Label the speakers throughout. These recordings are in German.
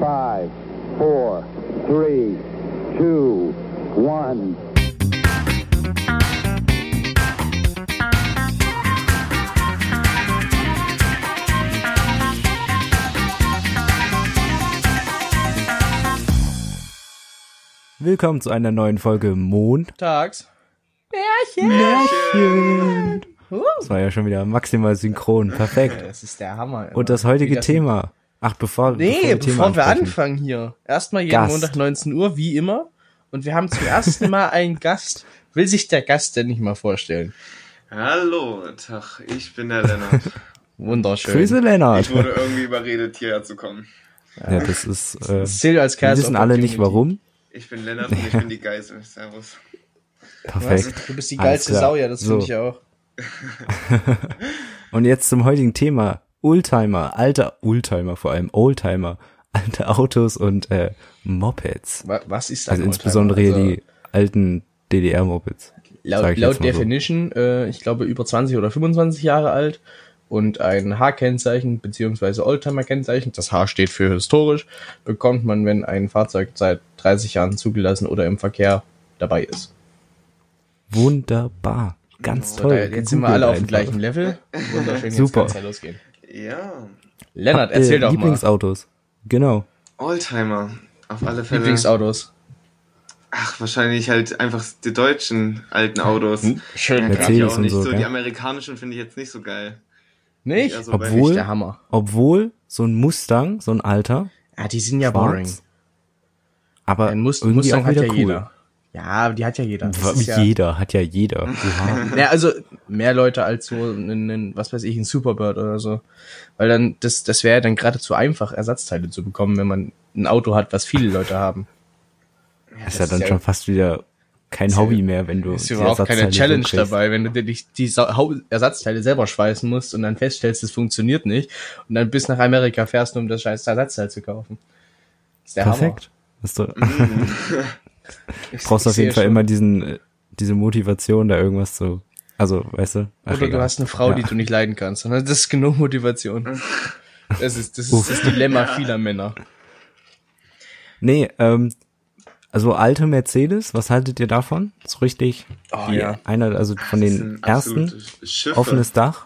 Speaker 1: Five, four, three, two, one.
Speaker 2: Willkommen zu einer neuen Folge Mond.
Speaker 3: Tags.
Speaker 2: Märchen. Das war ja schon wieder maximal synchron. Perfekt.
Speaker 3: Das ist der Hammer. immer.
Speaker 2: Und das heutige
Speaker 3: Wie
Speaker 2: Thema. Ach, bevor,
Speaker 3: Nee,
Speaker 2: wir Thema
Speaker 3: bevor wir
Speaker 2: ansprechen.
Speaker 3: anfangen hier. Erstmal jeden
Speaker 2: Gast.
Speaker 3: Montag 19 Uhr, wie immer. Und wir haben zum ersten Mal einen Gast. Will sich der Gast denn nicht mal vorstellen?
Speaker 4: Hallo, Tag, ich bin der Lennart.
Speaker 3: Wunderschön.
Speaker 2: Grüße,
Speaker 4: Ich
Speaker 2: Lennart.
Speaker 4: wurde irgendwie überredet, hierher zu kommen.
Speaker 2: Ja, das ist, äh,
Speaker 3: Das zählt als
Speaker 2: wir
Speaker 3: Kerl.
Speaker 2: wissen alle nicht warum.
Speaker 4: Ich bin Lennart und ich bin die Geisel. Servus.
Speaker 2: Perfekt.
Speaker 3: Du bist die
Speaker 2: Alles
Speaker 3: geilste
Speaker 2: klar.
Speaker 3: Sau, ja, das
Speaker 2: So.
Speaker 3: finde ich auch.
Speaker 2: Und jetzt zum heutigen Thema. Oldtimer, alter Oldtimer vor allem, Oldtimer, alte Autos und äh, Mopeds.
Speaker 3: Wa- Was ist das?
Speaker 2: Also insbesondere hier die alten DDR-Mopeds. sag
Speaker 3: Laut,
Speaker 2: ich jetzt
Speaker 3: laut
Speaker 2: mal so.
Speaker 3: Definition, äh, ich glaube, über 20 oder 25 Jahre alt und ein H-Kennzeichen beziehungsweise Oldtimer-Kennzeichen, das H steht für historisch, bekommt man, wenn ein Fahrzeug seit 30 Jahren zugelassen oder im Verkehr dabei ist.
Speaker 2: Wunderbar. Ganz
Speaker 3: Oh, Da,
Speaker 2: toll.
Speaker 3: jetzt sind wir alle auf dem
Speaker 2: Einfach.
Speaker 3: gleichen Level. Wunderschön,
Speaker 2: Super.
Speaker 3: jetzt kann's ja losgehen.
Speaker 4: Ja,
Speaker 3: Lennart,
Speaker 2: Äh,
Speaker 3: erzähl doch mal.
Speaker 2: Lieblingsautos. Genau.
Speaker 4: Oldtimer. Auf alle Fälle.
Speaker 3: Lieblingsautos.
Speaker 4: Ach, wahrscheinlich halt einfach die deutschen alten Autos.
Speaker 3: Schön.
Speaker 2: Hm? Mercedes
Speaker 4: Die
Speaker 2: und so, gell?
Speaker 4: Die amerikanischen finde ich jetzt nicht so geil.
Speaker 3: Nicht?
Speaker 4: Eher so bei-
Speaker 2: Obwohl,
Speaker 3: der Hammer.
Speaker 2: obwohl so ein Mustang, so ein alter,
Speaker 3: Ah, die sind ja boring.
Speaker 2: schwarz, aber
Speaker 3: Ein Must
Speaker 2: irgendwie
Speaker 3: Mustang
Speaker 2: auch
Speaker 3: hat
Speaker 2: wieder
Speaker 3: ja
Speaker 2: cool.
Speaker 3: jeder. Ja, die hat ja jeder. Das
Speaker 2: Wa-
Speaker 3: ist ja- Mhm.
Speaker 2: Jeder, hat ja jeder. Oha.
Speaker 3: Ja, also mehr Leute als so einen, einen was weiß ich, einen Superbird oder so. Weil dann, das, das wäre ja dann geradezu einfach, Ersatzteile zu bekommen, wenn man ein Auto hat, was viele Leute haben.
Speaker 2: ist
Speaker 3: das
Speaker 2: ja
Speaker 3: ist
Speaker 2: dann
Speaker 3: ja-
Speaker 2: schon fast wieder kein Hobby mehr, wenn du
Speaker 3: Ist
Speaker 2: die
Speaker 3: überhaupt keine
Speaker 2: Ersatzteile so
Speaker 3: Challenge
Speaker 2: kriegst.
Speaker 3: dabei, wenn du dir die, die Sau- Hau- Ersatzteile selber schweißen musst und dann feststellst, es funktioniert nicht und dann bis nach Amerika fährst, nur um das scheiß Ersatzteil zu kaufen. Ist der
Speaker 2: Perfekt. Ist doch,
Speaker 3: Hammer.
Speaker 2: brauchst
Speaker 3: Ich
Speaker 2: auf jeden
Speaker 3: sehe
Speaker 2: Fall
Speaker 3: schon.
Speaker 2: immer diesen, äh, diese Motivation, da irgendwas zu. Also, weißt du? Ach,
Speaker 3: Oder
Speaker 2: egal.
Speaker 3: du hast eine Frau,
Speaker 2: Ja.
Speaker 3: die du nicht leiden kannst. Das ist genug Motivation. Das ist das,
Speaker 2: Uff.
Speaker 3: ist das Dilemma vieler Männer.
Speaker 2: Nee, ähm, also alte Mercedes, was haltet ihr davon? So richtig?
Speaker 3: Oh,
Speaker 2: die,
Speaker 3: ja.
Speaker 2: Einer, also von
Speaker 4: Das
Speaker 2: den
Speaker 4: sind
Speaker 2: ersten,
Speaker 4: absolute Schiffe.
Speaker 2: offenes Dach.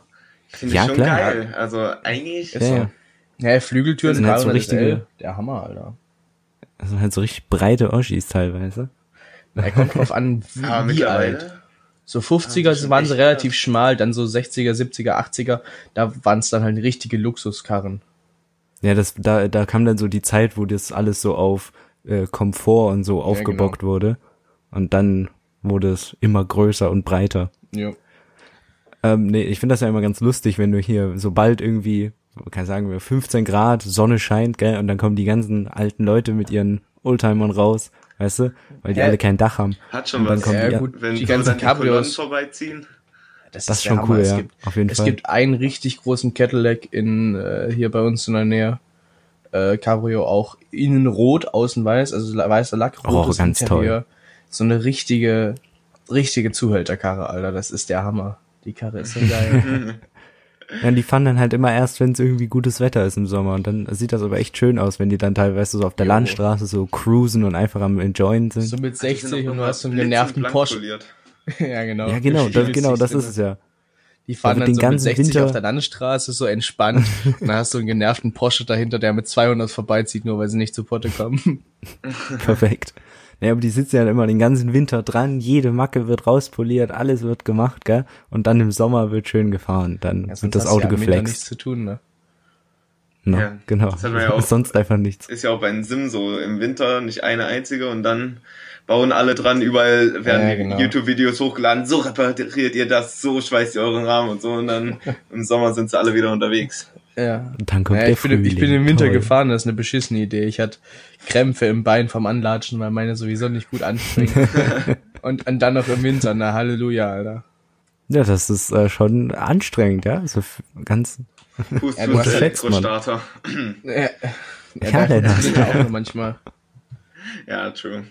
Speaker 4: Finde ich
Speaker 2: Ja,
Speaker 4: schon
Speaker 2: klar.
Speaker 4: geil. Also eigentlich.
Speaker 2: Ja, ja.
Speaker 3: Ja, Flügeltüren
Speaker 2: Das sind halt so
Speaker 3: 300
Speaker 2: richtige-
Speaker 3: SL, Der Hammer, Alter.
Speaker 2: Das sind halt so richtig breite Oschis teilweise.
Speaker 3: Er kommt drauf an,
Speaker 4: Aber
Speaker 3: wie, wie alt.
Speaker 4: Ah, mittlerweile. Ah,
Speaker 3: So 50er
Speaker 4: schon
Speaker 3: waren sie
Speaker 4: echt,
Speaker 3: relativ schmal, dann so 60er, 70er, 80er, da waren es dann halt richtige Luxuskarren.
Speaker 2: Ja, das, da, da kam dann so die Zeit, wo das alles so auf äh, Komfort und so aufgebockt wurde. Und dann wurde es immer größer und breiter.
Speaker 3: Ja.
Speaker 2: Ähm, nee, ich finde das ja immer ganz lustig, wenn du hier sobald irgendwie, kann sagen wir, 15 Grad, Sonne scheint, gell, und dann kommen die ganzen alten Leute mit ihren Oldtimern raus, weißt du, weil die
Speaker 3: Ja.
Speaker 2: alle kein Dach haben.
Speaker 4: Hat schon
Speaker 2: Und dann
Speaker 4: was.
Speaker 2: kommt
Speaker 3: Ja,
Speaker 2: die-
Speaker 3: gut,
Speaker 4: Wenn
Speaker 3: die
Speaker 4: so
Speaker 3: ganzen
Speaker 4: dann die Kolonnen
Speaker 3: Cabrios.
Speaker 4: vorbeiziehen.
Speaker 2: Das ist schon cool,
Speaker 3: es
Speaker 2: ja,
Speaker 3: Gibt,
Speaker 2: auf jeden
Speaker 3: es
Speaker 2: Fall.
Speaker 3: gibt einen richtig großen Cadillac in, äh, hier bei uns in der Nähe. Äh, Cabrio auch innen rot, außen weiß, also la- weißer Lack,
Speaker 2: Oh,
Speaker 3: rotes
Speaker 2: ganz
Speaker 3: So eine richtige, richtige Zuhälterkarre, Alter. Das ist der Hammer. Die Karre ist so geil.
Speaker 2: Ja, und die fahren dann halt immer erst, wenn es irgendwie gutes Wetter ist im Sommer. Und dann sieht das aber echt schön aus, wenn die dann teilweise so auf der Landstraße so cruisen und einfach am Enjoyen sind.
Speaker 3: so mit
Speaker 4: Die sind auch
Speaker 3: 60 und du
Speaker 4: nochmal
Speaker 3: hast so einen
Speaker 4: blitzend
Speaker 3: genervten
Speaker 4: blank
Speaker 3: Porsche.
Speaker 4: poliert.
Speaker 3: ja, genau.
Speaker 2: ja, genau, das,
Speaker 3: Bestimmt
Speaker 2: genau, das
Speaker 3: siehst
Speaker 2: ist
Speaker 3: du
Speaker 2: es ja.
Speaker 3: Die fahren
Speaker 2: Da wird
Speaker 3: dann so
Speaker 2: den
Speaker 3: mit 60
Speaker 2: ganzen Winter-
Speaker 3: auf der Landstraße so entspannt. und dann hast du einen genervten Porsche dahinter, der mit 200 vorbeizieht, nur weil sie nicht zu Potte kommen.
Speaker 2: Perfekt. Naja, aber die sitzen ja immer den ganzen Winter dran, jede Macke wird rauspoliert, alles wird gemacht, gell? Und dann im Sommer wird schön gefahren, dann
Speaker 3: Ja, sonst
Speaker 2: wird das
Speaker 3: hast du
Speaker 2: Auto
Speaker 3: ja am Winter nichts
Speaker 2: geflext.
Speaker 3: zu tun, ne?
Speaker 2: No,
Speaker 4: Ja,
Speaker 2: genau.
Speaker 4: das hat man ja auch-
Speaker 2: Sonst einfach nichts.
Speaker 4: Ist ja auch bei den Sim so, im Winter nicht eine einzige und dann bauen alle dran, überall werden
Speaker 3: Ja, genau.
Speaker 4: YouTube-Videos hochgeladen, so repariert ihr das, so schweißt ihr euren Rahmen und so und dann im Sommer sind sie alle wieder unterwegs.
Speaker 3: Ja.
Speaker 2: Und dann kommt der
Speaker 3: Naja, ich, bin, ich bin im
Speaker 2: Frühling,
Speaker 3: Winter
Speaker 2: toll.
Speaker 3: gefahren, das ist eine beschissene Idee. Ich hatte Krämpfe im Bein vom Anlatschen, weil meine sowieso nicht gut anspringen. und, und dann noch im Winter, na Halleluja, Alter.
Speaker 2: Ja, das ist äh, schon anstrengend, ja? So f- ganz,
Speaker 4: Fuß
Speaker 3: Ja,
Speaker 4: zu
Speaker 3: du hast-
Speaker 4: Elektrostarter.
Speaker 3: Ja,
Speaker 2: Ja,
Speaker 3: da
Speaker 2: Lennart.
Speaker 3: funktioniert ja auch nur manchmal.
Speaker 4: Ja, true.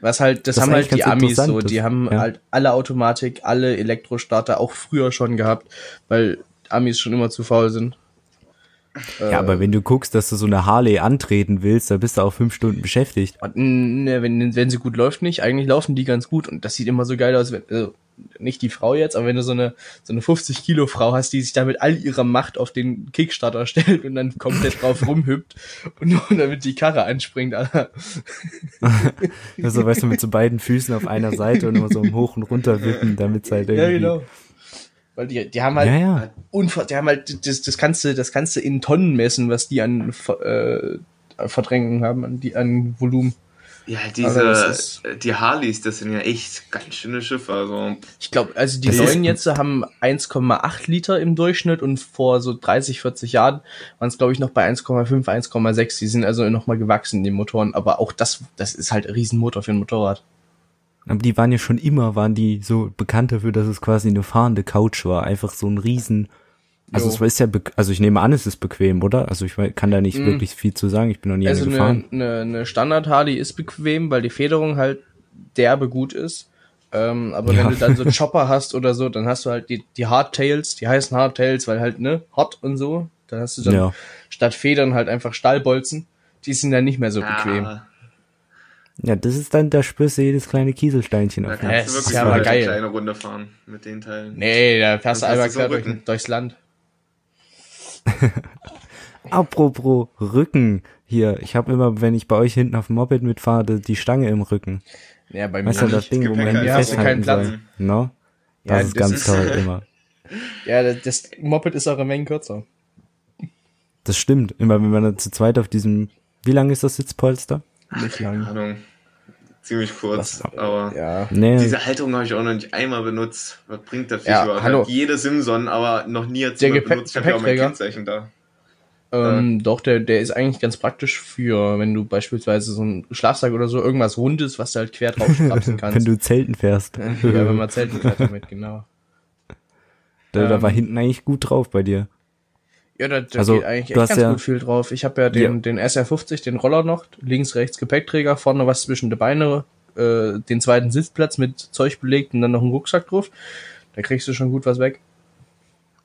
Speaker 3: Was halt, das,
Speaker 2: Das
Speaker 3: haben
Speaker 2: ist
Speaker 3: halt
Speaker 2: eigentlich
Speaker 3: die
Speaker 2: ganz
Speaker 3: Amis so,
Speaker 2: interessant,
Speaker 3: die
Speaker 2: das-
Speaker 3: haben
Speaker 2: ja.
Speaker 3: halt alle Automatik, alle Elektrostarter auch früher schon gehabt, weil Amis schon immer zu faul sind.
Speaker 2: Ja, aber wenn du guckst, dass du so eine Harley antreten willst, dann bist du auch fünf Stunden beschäftigt.
Speaker 3: Und, ne, wenn, wenn sie gut läuft, nicht. Eigentlich laufen die ganz gut und das sieht immer so geil aus, wenn, also, nicht die Frau jetzt, aber wenn du so eine, so eine 50 Kilo Frau hast, die sich da mit all ihrer Macht auf den Kickstarter stellt und dann komplett drauf rumhüpft und nur damit die Karre anspringt, Alter.
Speaker 2: Also weißt du, mit so beiden Füßen auf einer Seite und immer so im Hoch und runter wippen, damit es halt irgendwie.
Speaker 3: genau. Weil die, die haben halt,
Speaker 2: Ja, ja.
Speaker 3: unver, die haben halt, das, das kannst du, das kannst du in Tonnen messen, was die an, Ver- äh, Verdrängung haben, an die, an Volumen.
Speaker 4: Ja,
Speaker 3: Also
Speaker 4: diese,
Speaker 3: das ist-
Speaker 4: äh, die Harleys, das sind ja echt ganz schöne Schiffe. Also,
Speaker 3: Ich glaube, also die
Speaker 2: Das
Speaker 3: neuen
Speaker 2: ist-
Speaker 3: jetzt haben 1,8 Liter im Durchschnitt und vor so 30, 40 Jahren waren es, glaube ich, noch bei 1,5, 1,6. Die sind also nochmal gewachsen, die Motoren. Aber auch das, das ist halt ein Riesenmotor für ein Motorrad.
Speaker 2: Aber die waren ja schon immer, waren die so bekannt dafür, dass es quasi eine fahrende Couch war. Einfach so ein Riesen. Also
Speaker 3: Jo.
Speaker 2: es ist ja, be also ich nehme an, es ist bequem, oder? Also ich wei- kann da nicht wirklich viel zu sagen. Ich bin noch nie
Speaker 3: also
Speaker 2: eine gefahren.
Speaker 3: eine, eine, eine Standard Harley ist bequem, weil die Federung halt derbe gut ist. Ähm, aber
Speaker 2: Ja.
Speaker 3: wenn du dann so einen Chopper hast oder so, dann hast du halt die, die Hardtails, die heißen Hardtails, weil halt, ne, hot und so. Dann hast du dann
Speaker 2: Ja.
Speaker 3: statt Federn halt einfach Stahlbolzen. Die sind dann nicht mehr so
Speaker 4: Ah.
Speaker 3: bequem.
Speaker 4: ja,
Speaker 2: Ja, das ist dann, da spürst du jedes kleine Kieselsteinchen
Speaker 4: da
Speaker 2: auf.
Speaker 4: kannst
Speaker 3: das
Speaker 4: du
Speaker 3: ist
Speaker 4: wirklich
Speaker 3: ja
Speaker 4: mal
Speaker 3: aber
Speaker 4: eine
Speaker 3: geil.
Speaker 4: kleine Runde fahren mit den Teilen.
Speaker 3: Nee, da fährst du
Speaker 4: Dann
Speaker 3: einmal
Speaker 4: fährst du
Speaker 3: quer
Speaker 4: so
Speaker 3: durch,
Speaker 4: Rücken.
Speaker 3: durchs Land.
Speaker 2: Apropos Rücken hier. Ich habe immer, wenn ich bei euch hinten auf dem Moped mitfahre, die Stange im Rücken.
Speaker 3: Ja, bei mir.
Speaker 2: Weißt du, das
Speaker 4: nicht
Speaker 2: Ding, wo man
Speaker 4: Gepäck,
Speaker 2: Handy
Speaker 3: ja, hast du
Speaker 2: festhalten
Speaker 3: keinen Platz.
Speaker 2: soll. No? Das
Speaker 3: Ja,
Speaker 2: ist
Speaker 3: das
Speaker 2: ganz
Speaker 3: ist-
Speaker 2: toll immer.
Speaker 3: ja, das, das Moped ist auch in Mengen kürzer.
Speaker 2: Das stimmt. Immer wenn man dann zu zweit auf diesem, wie lang ist das Sitzpolster?
Speaker 3: Nicht
Speaker 4: Keine
Speaker 3: lang.
Speaker 4: Ahnung. Ziemlich kurz, aber
Speaker 3: Ja.
Speaker 2: Nee,
Speaker 4: diese Halterung habe ich auch noch nicht einmal benutzt. Was bringt das
Speaker 3: Ja,
Speaker 4: überhaupt?
Speaker 3: hallo.
Speaker 4: Hat jede Simson, aber noch nie hat sie
Speaker 3: Der
Speaker 4: jemand
Speaker 3: Gepäck-
Speaker 4: benutzt. Ich habe ja auch mein
Speaker 3: Gepäckträger.
Speaker 4: Kennzeichen da.
Speaker 3: Ähm, Doch, der, der ist eigentlich ganz praktisch für, wenn du beispielsweise so einen Schlafsack oder so, irgendwas Rundes, was du halt quer drauf strapsen kannst.
Speaker 2: wenn du zelten fährst.
Speaker 3: ja, wenn man Zelten fährt damit, genau.
Speaker 2: da, da war
Speaker 3: ähm,
Speaker 2: hinten eigentlich gut drauf bei dir.
Speaker 3: Ja, da, da
Speaker 2: Also,
Speaker 3: geht eigentlich
Speaker 2: du
Speaker 3: echt
Speaker 2: hast
Speaker 3: ganz
Speaker 2: ja-
Speaker 3: gut viel drauf. Ich habe ja den,
Speaker 2: Ja.
Speaker 3: den SR50, den Roller noch, links, rechts Gepäckträger, vorne was zwischen die Beine, äh, den zweiten Sitzplatz mit Zeug belegt und dann noch einen Rucksack drauf. Da kriegst du schon gut was weg.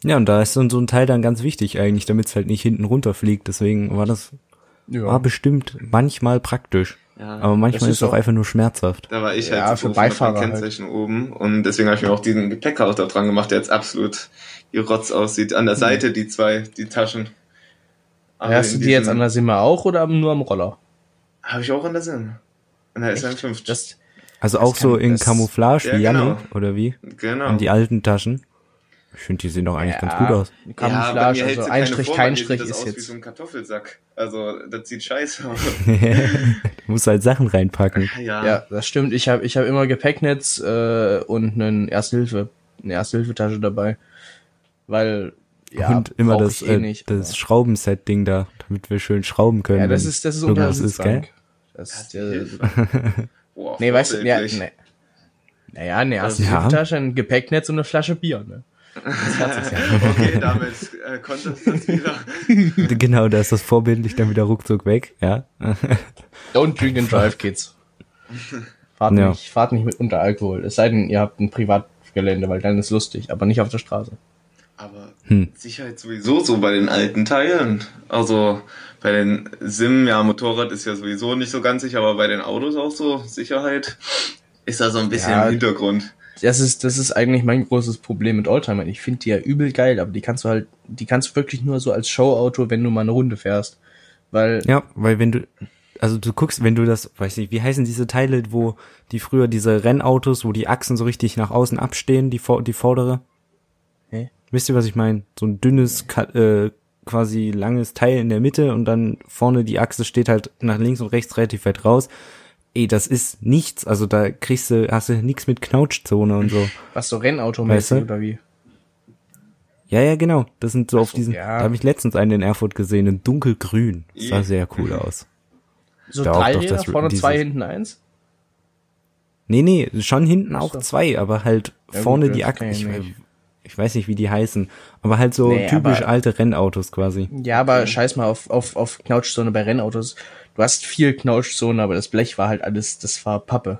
Speaker 2: Ja, und da ist dann so ein Teil dann ganz wichtig eigentlich, damit es halt nicht hinten runterfliegt. Deswegen war das,
Speaker 3: Ja.
Speaker 2: war bestimmt manchmal praktisch. aber manchmal
Speaker 3: das
Speaker 2: ist
Speaker 3: ist
Speaker 2: es auch
Speaker 3: so.
Speaker 2: einfach nur schmerzhaft.
Speaker 4: Da war ich
Speaker 3: Ähm, Ja,
Speaker 4: halt
Speaker 3: für
Speaker 4: so doof mit
Speaker 3: Beifahrer
Speaker 4: meinem
Speaker 3: halt.
Speaker 4: Kennzeichen oben und deswegen habe ich mir auch diesen Gepäckhalter dran gemacht, der jetzt absolut wie Rotz aussieht. An der Seite die zwei, die Taschen. Aber
Speaker 3: Mhm. Hast du
Speaker 4: in
Speaker 3: die jetzt
Speaker 4: diesem-
Speaker 3: an der Simme auch oder am- nur am Roller?
Speaker 4: Habe ich auch an der Sim. An der SM5.
Speaker 3: Das,
Speaker 2: Also auch
Speaker 3: kann-
Speaker 2: so in
Speaker 3: das-
Speaker 2: Camouflage
Speaker 4: Ja,
Speaker 2: wie
Speaker 4: genau.
Speaker 2: Yannick, oder wie?
Speaker 4: genau.
Speaker 2: Und die alten Taschen. Ich finde, die sehen doch eigentlich ganz
Speaker 3: Ja,
Speaker 2: gut aus.
Speaker 3: Camouflage,
Speaker 4: hält
Speaker 3: also
Speaker 4: sie
Speaker 3: ein
Speaker 4: keine
Speaker 3: Strich,
Speaker 4: vor,
Speaker 3: kein
Speaker 4: bei mir
Speaker 3: Strich
Speaker 4: sieht das
Speaker 3: ist
Speaker 4: aus wie
Speaker 3: jetzt.
Speaker 4: so ein Kartoffelsack. Also, das sieht scheiße aus.
Speaker 2: Du musst halt Sachen reinpacken.
Speaker 4: ja.
Speaker 3: Ja, das stimmt. Ich habe ich hab immer Gepäcknetz äh, und einen Ersthilfe, eine Ersthilfetasche dabei. Weil, ja,
Speaker 2: und immer
Speaker 3: brauch
Speaker 2: das,
Speaker 3: ich eh
Speaker 2: äh,
Speaker 3: nicht,
Speaker 2: das Schraubenset-Ding da, damit wir schön schrauben können.
Speaker 3: Ja, das
Speaker 2: wenn
Speaker 3: ist, das ist unter der
Speaker 2: irgendwas ist,
Speaker 3: Sitzbank.
Speaker 2: gell?
Speaker 3: Das, äh,
Speaker 4: Hilfe. Boah,
Speaker 3: nee, weißt du, ja,
Speaker 4: vorbildlich.
Speaker 3: nee. Naja, eine erste
Speaker 2: Ja.
Speaker 3: Tasche, ein Gepäcknetz und eine Flasche Bier, ne?
Speaker 4: Okay, damit äh, konnte ich das wieder.
Speaker 2: Genau, da ist das vorbildlich dann wieder ruckzuck weg, ja.
Speaker 3: Don't drink and drive, Kids. Fahrt,
Speaker 2: Ja.
Speaker 3: nicht, fahrt nicht mit unter Alkohol. Es sei denn, ihr habt ein Privatgelände, weil dann ist lustig, aber nicht auf der Straße.
Speaker 4: Aber
Speaker 2: Hm.
Speaker 4: Sicherheit sowieso so bei den alten Teilen. Also bei den Sim, ja, Motorrad ist ja sowieso nicht so ganz sicher, aber bei den Autos auch so. Sicherheit ist da so ein bisschen
Speaker 3: Ja.
Speaker 4: im Hintergrund.
Speaker 3: Das ist, das ist eigentlich mein großes Problem mit Oldtimern. Ich finde die ja übel geil, aber die kannst du halt, die kannst du wirklich nur so als Showauto, wenn du mal eine Runde fährst. Weil,
Speaker 2: Ja, weil wenn du, also du guckst, wenn du das, weiß nicht, wie heißen diese Teile, wo die früher diese Rennautos, wo die Achsen so richtig nach außen abstehen, die, vor, die vordere?
Speaker 3: Hä?
Speaker 2: Wisst ihr, was ich meine? So ein dünnes, ka- äh, quasi langes Teil in der Mitte und dann vorne die Achse steht halt nach links und rechts relativ weit raus. Ey, das ist nichts. Also da kriegst du, hast du nichts mit Knautschzone und so.
Speaker 3: was so Rennautomäßig
Speaker 2: Weißt du?
Speaker 3: oder wie?
Speaker 2: Ja, ja, genau. Das sind so auf
Speaker 3: so,
Speaker 2: diesen.
Speaker 3: ja.
Speaker 2: Da habe ich letztens einen in Erfurt gesehen, in dunkelgrün. Das sah
Speaker 4: Ih.
Speaker 2: sehr cool aus.
Speaker 3: So
Speaker 2: Doch,
Speaker 3: drei
Speaker 2: doch,
Speaker 3: Räder,
Speaker 2: das-
Speaker 3: vorne
Speaker 2: dieses-
Speaker 3: zwei, hinten eins?
Speaker 2: Nee, nee, schon hinten auch
Speaker 3: so.
Speaker 2: zwei, aber halt
Speaker 3: Ja,
Speaker 2: vorne
Speaker 3: gut,
Speaker 2: die
Speaker 3: das
Speaker 2: Achse.
Speaker 3: kenn ich
Speaker 2: Ich,
Speaker 3: nicht.
Speaker 2: ich weiß nicht, wie die heißen. Aber halt so
Speaker 3: Nee,
Speaker 2: typisch
Speaker 3: aber-
Speaker 2: alte Rennautos quasi.
Speaker 3: Ja, aber scheiß mal auf, auf, auf Knautschzone bei Rennautos. Du hast viel Knautschzone, aber das Blech war halt alles, das war Pappe.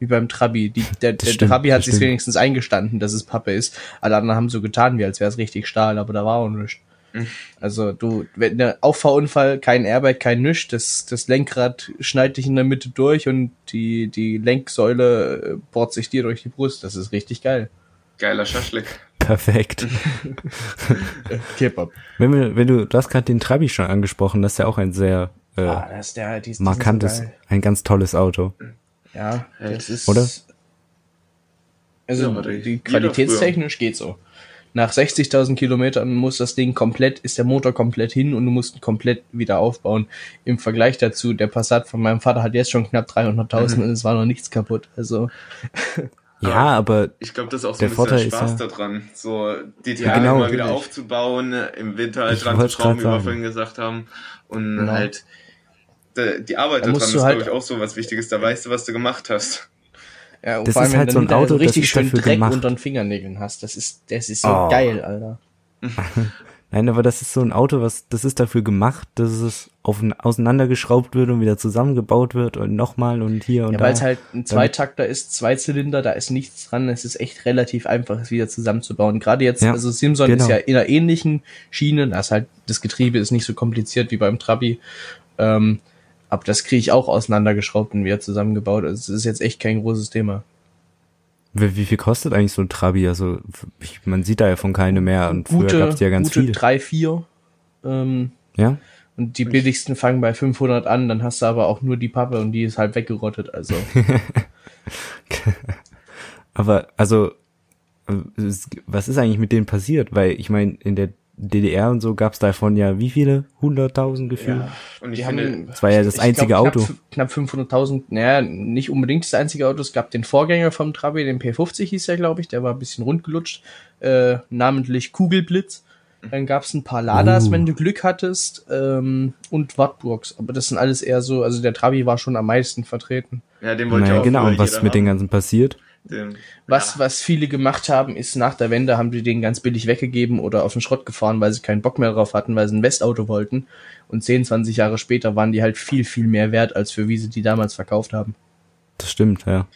Speaker 3: Wie beim Trabi. Die, der der
Speaker 2: stimmt,
Speaker 3: Trabi hat
Speaker 2: das
Speaker 3: sich
Speaker 2: stimmt.
Speaker 3: wenigstens eingestanden, dass es Pappe ist. Alle anderen haben so getan, wie als wäre es richtig Stahl, aber da war auch nichts.
Speaker 2: Mhm.
Speaker 3: Also du, wenn der Auffahrunfall, kein Airbag, kein Nisch, das, das Lenkrad schneidet dich in der Mitte durch und die, die Lenksäule äh, bohrt sich dir durch die Brust. Das ist richtig geil.
Speaker 4: Geiler Schaschlik.
Speaker 2: Perfekt. Äh,
Speaker 3: Kebab.
Speaker 2: Wenn, wir, wenn du, du hast gerade den Trabi schon angesprochen, das ist ja auch ein sehr äh,
Speaker 3: Ah, das ist der, die ist die sind so
Speaker 2: markantes,
Speaker 3: geil.
Speaker 2: ein ganz tolles Auto.
Speaker 3: Ja, das ist.
Speaker 2: Oder?
Speaker 3: Also,
Speaker 4: Äh, Ja, aber die-
Speaker 3: die
Speaker 4: jeder
Speaker 3: qualitätstechnisch geht so. Nach 60.000 Kilometern muss das Ding komplett, ist der Motor komplett hin und du musst ihn komplett wieder aufbauen. Im Vergleich dazu, der Passat von meinem Vater hat jetzt schon knapp 300.000
Speaker 2: Mhm.
Speaker 3: und es war noch nichts kaputt. Also,
Speaker 2: Ja,
Speaker 3: Ah.
Speaker 2: aber
Speaker 4: Ich glaube, das ist auch so
Speaker 2: Der
Speaker 4: ein bisschen
Speaker 2: Vorteil
Speaker 4: der Spaß
Speaker 2: ist ja-
Speaker 4: daran, so die Teile
Speaker 2: Ja, genau,
Speaker 4: mal wieder
Speaker 2: natürlich.
Speaker 4: aufzubauen, im Winter
Speaker 2: Ich
Speaker 4: halt dran zu
Speaker 2: wollt's grad
Speaker 4: schrauben, wie wir
Speaker 2: sagen.
Speaker 4: vorhin gesagt haben. Und
Speaker 3: Genau.
Speaker 4: halt de- die Arbeit
Speaker 3: Da
Speaker 4: daran
Speaker 3: musst
Speaker 4: ist,
Speaker 3: du halt-
Speaker 4: glaube ich, auch so was Wichtiges. Da weißt du, was du gemacht hast.
Speaker 3: ja, und
Speaker 2: Das ist
Speaker 3: wenn
Speaker 2: halt
Speaker 3: du
Speaker 2: so ein
Speaker 3: hinterher
Speaker 2: Auto, das
Speaker 3: richtig
Speaker 2: ist
Speaker 3: schön
Speaker 2: dafür
Speaker 3: Dreck
Speaker 2: gemacht.
Speaker 3: unter den Fingernägeln hast. Das ist, das ist so
Speaker 2: Oh.
Speaker 3: geil, Alter.
Speaker 2: nein, aber das ist so ein Auto, was das ist dafür gemacht, dass es auf, auseinandergeschraubt wird und wieder zusammengebaut wird und nochmal und hier und
Speaker 3: Ja,
Speaker 2: da.
Speaker 3: weil es halt ein Zweitakter ist, Zweizylinder, da ist nichts dran. Es ist echt relativ einfach, es wieder zusammenzubauen. Gerade jetzt,
Speaker 2: Ja,
Speaker 3: also Simson
Speaker 2: genau.
Speaker 3: ist ja in einer ähnlichen Schiene. Das, ist halt, das Getriebe ist nicht so kompliziert wie beim Trabi. Ähm, aber das kriege ich auch auseinandergeschraubt und wieder zusammengebaut. Also es ist jetzt echt kein großes Thema.
Speaker 2: wie, wie viel kostet eigentlich so ein Trabi? Also ich, man sieht da ja von keine mehr und früher
Speaker 3: Gute,
Speaker 2: gab's die ja ganz
Speaker 3: gute
Speaker 2: viel.
Speaker 3: drei, vier. Ähm,
Speaker 2: Ja,
Speaker 3: und die
Speaker 2: Hm.
Speaker 3: billigsten fangen bei 500 an, dann hast du aber auch nur die Pappe und die ist halt weggerottet. Also
Speaker 2: aber also äh, es- was ist eigentlich mit denen passiert? Weil ich meine in der DDR und so gab's davon ja wie viele hunderttausend gefühlt.
Speaker 3: ja.
Speaker 4: Und
Speaker 3: Die
Speaker 4: ich
Speaker 3: haben-
Speaker 4: finde,
Speaker 2: Das war ja das
Speaker 3: Ich
Speaker 2: einzige
Speaker 3: glaub,
Speaker 2: Auto.
Speaker 3: Knapp, fün- knapp 500.000, naja, nicht unbedingt das einzige Auto. Es gab den Vorgänger vom Trabi, den P50 hieß der, glaube ich. Der war ein bisschen rundgelutscht, äh, namentlich Kugelblitz. Dann gab es ein paar Ladas,
Speaker 2: Uh.
Speaker 3: wenn du Glück hattest, ähm, und Wartburgs. Aber das sind alles eher so, also der Trabi war schon am meisten vertreten.
Speaker 4: ja, den wollte ja
Speaker 2: Naja,
Speaker 4: auch
Speaker 2: genau.
Speaker 4: früher
Speaker 2: Und was
Speaker 4: jeder
Speaker 2: ist mit den
Speaker 4: haben.
Speaker 2: ganzen passiert?
Speaker 4: Den-
Speaker 3: Was,
Speaker 4: ja.
Speaker 3: was viele gemacht haben, ist nach der Wende haben die den ganz billig weggegeben oder auf den Schrott gefahren, weil sie keinen Bock mehr drauf hatten, weil sie ein Westauto wollten. Und 10, 20 Jahre später waren die halt viel, viel mehr wert, als für wie sie die damals verkauft haben.
Speaker 2: Das stimmt, ja.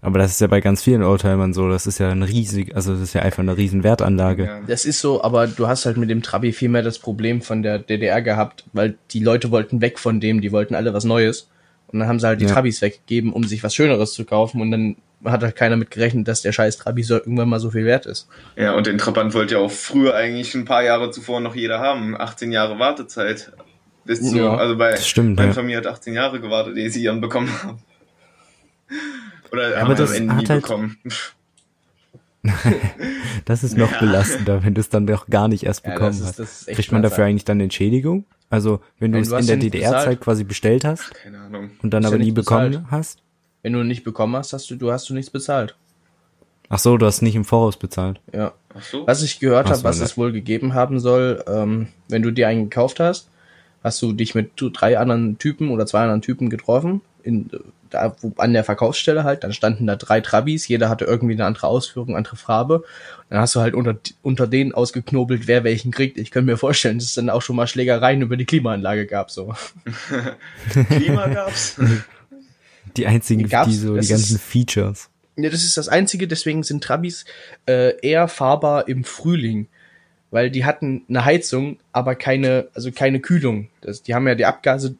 Speaker 2: Aber das ist ja bei ganz vielen Oldtimern so. Das ist ja ein riesig, also das ist ja einfach eine riesen Wertanlage.
Speaker 4: Ja.
Speaker 3: Das ist so, aber du hast halt mit dem Trabi viel mehr das Problem von der DDR gehabt, weil die Leute wollten weg von dem, die wollten alle was Neues. Und dann haben sie halt die
Speaker 2: Ja.
Speaker 3: Trabis weggegeben, um sich was Schöneres zu kaufen. Und dann hat halt keiner mit gerechnet, dass der scheiß Trabi so irgendwann mal so viel wert ist.
Speaker 4: ja, und den Trabant wollte ja auch früher eigentlich ein paar Jahre zuvor noch jeder haben. 18 Jahre Wartezeit. Bis zu,
Speaker 3: Ja.
Speaker 4: also bei
Speaker 2: Das stimmt,
Speaker 4: meine
Speaker 2: ja.
Speaker 4: Familie hat 18 Jahre gewartet, ehe sie ihren bekommen haben. Oder
Speaker 2: aber
Speaker 4: haben sie am
Speaker 2: das
Speaker 4: Ende
Speaker 2: hat
Speaker 4: nie
Speaker 2: halt-
Speaker 4: bekommen.
Speaker 2: Das ist noch
Speaker 4: Ja.
Speaker 2: belastender, wenn du es dann doch gar nicht erst
Speaker 3: Ja,
Speaker 2: bekommen
Speaker 3: das ist-
Speaker 2: hast.
Speaker 3: das ist echt
Speaker 2: Kriegt man dafür
Speaker 3: Schmerzhaft.
Speaker 2: eigentlich dann Entschädigung? Also, wenn du
Speaker 3: Nein,
Speaker 2: es
Speaker 3: du hast
Speaker 2: in der
Speaker 3: ja nicht
Speaker 2: DDR-Zeit
Speaker 3: bezahlt.
Speaker 2: quasi bestellt hast
Speaker 4: Keine Ahnung.
Speaker 2: und dann
Speaker 3: Ist
Speaker 2: aber
Speaker 3: ja
Speaker 2: nie
Speaker 3: nicht
Speaker 2: bekommen
Speaker 3: bezahlt.
Speaker 2: hast?
Speaker 3: Wenn du ihn nicht bekommen hast, hast du, du hast du nichts bezahlt.
Speaker 2: Ach so, du hast nicht im Voraus bezahlt.
Speaker 3: Ja.
Speaker 4: Ach so.
Speaker 3: Was ich gehört
Speaker 2: Ach
Speaker 3: habe,
Speaker 2: so,
Speaker 3: was
Speaker 2: ne.
Speaker 3: es wohl gegeben haben soll, ähm, wenn du dir einen gekauft hast, hast du dich mit du- drei anderen Typen oder zwei anderen Typen getroffen, in, äh, da, wo, an der Verkaufsstelle halt, dann standen da drei Trabis, jeder hatte irgendwie eine andere Ausführung, andere Farbe. Dann hast du halt unter, unter denen ausgeknobelt, wer welchen kriegt. Ich könnte mir vorstellen, dass es dann auch schon mal Schlägereien über die Klimaanlage gab, so.
Speaker 4: Klima gab's?
Speaker 2: Die einzigen,
Speaker 3: Die gab's,
Speaker 2: die so die
Speaker 3: das
Speaker 2: ganzen
Speaker 3: ist-
Speaker 2: Features.
Speaker 3: Ja, das ist das Einzige, deswegen sind Trabis äh, eher fahrbar im Frühling, weil die hatten eine Heizung, aber keine, also keine Kühlung. Das, die haben ja die Abgase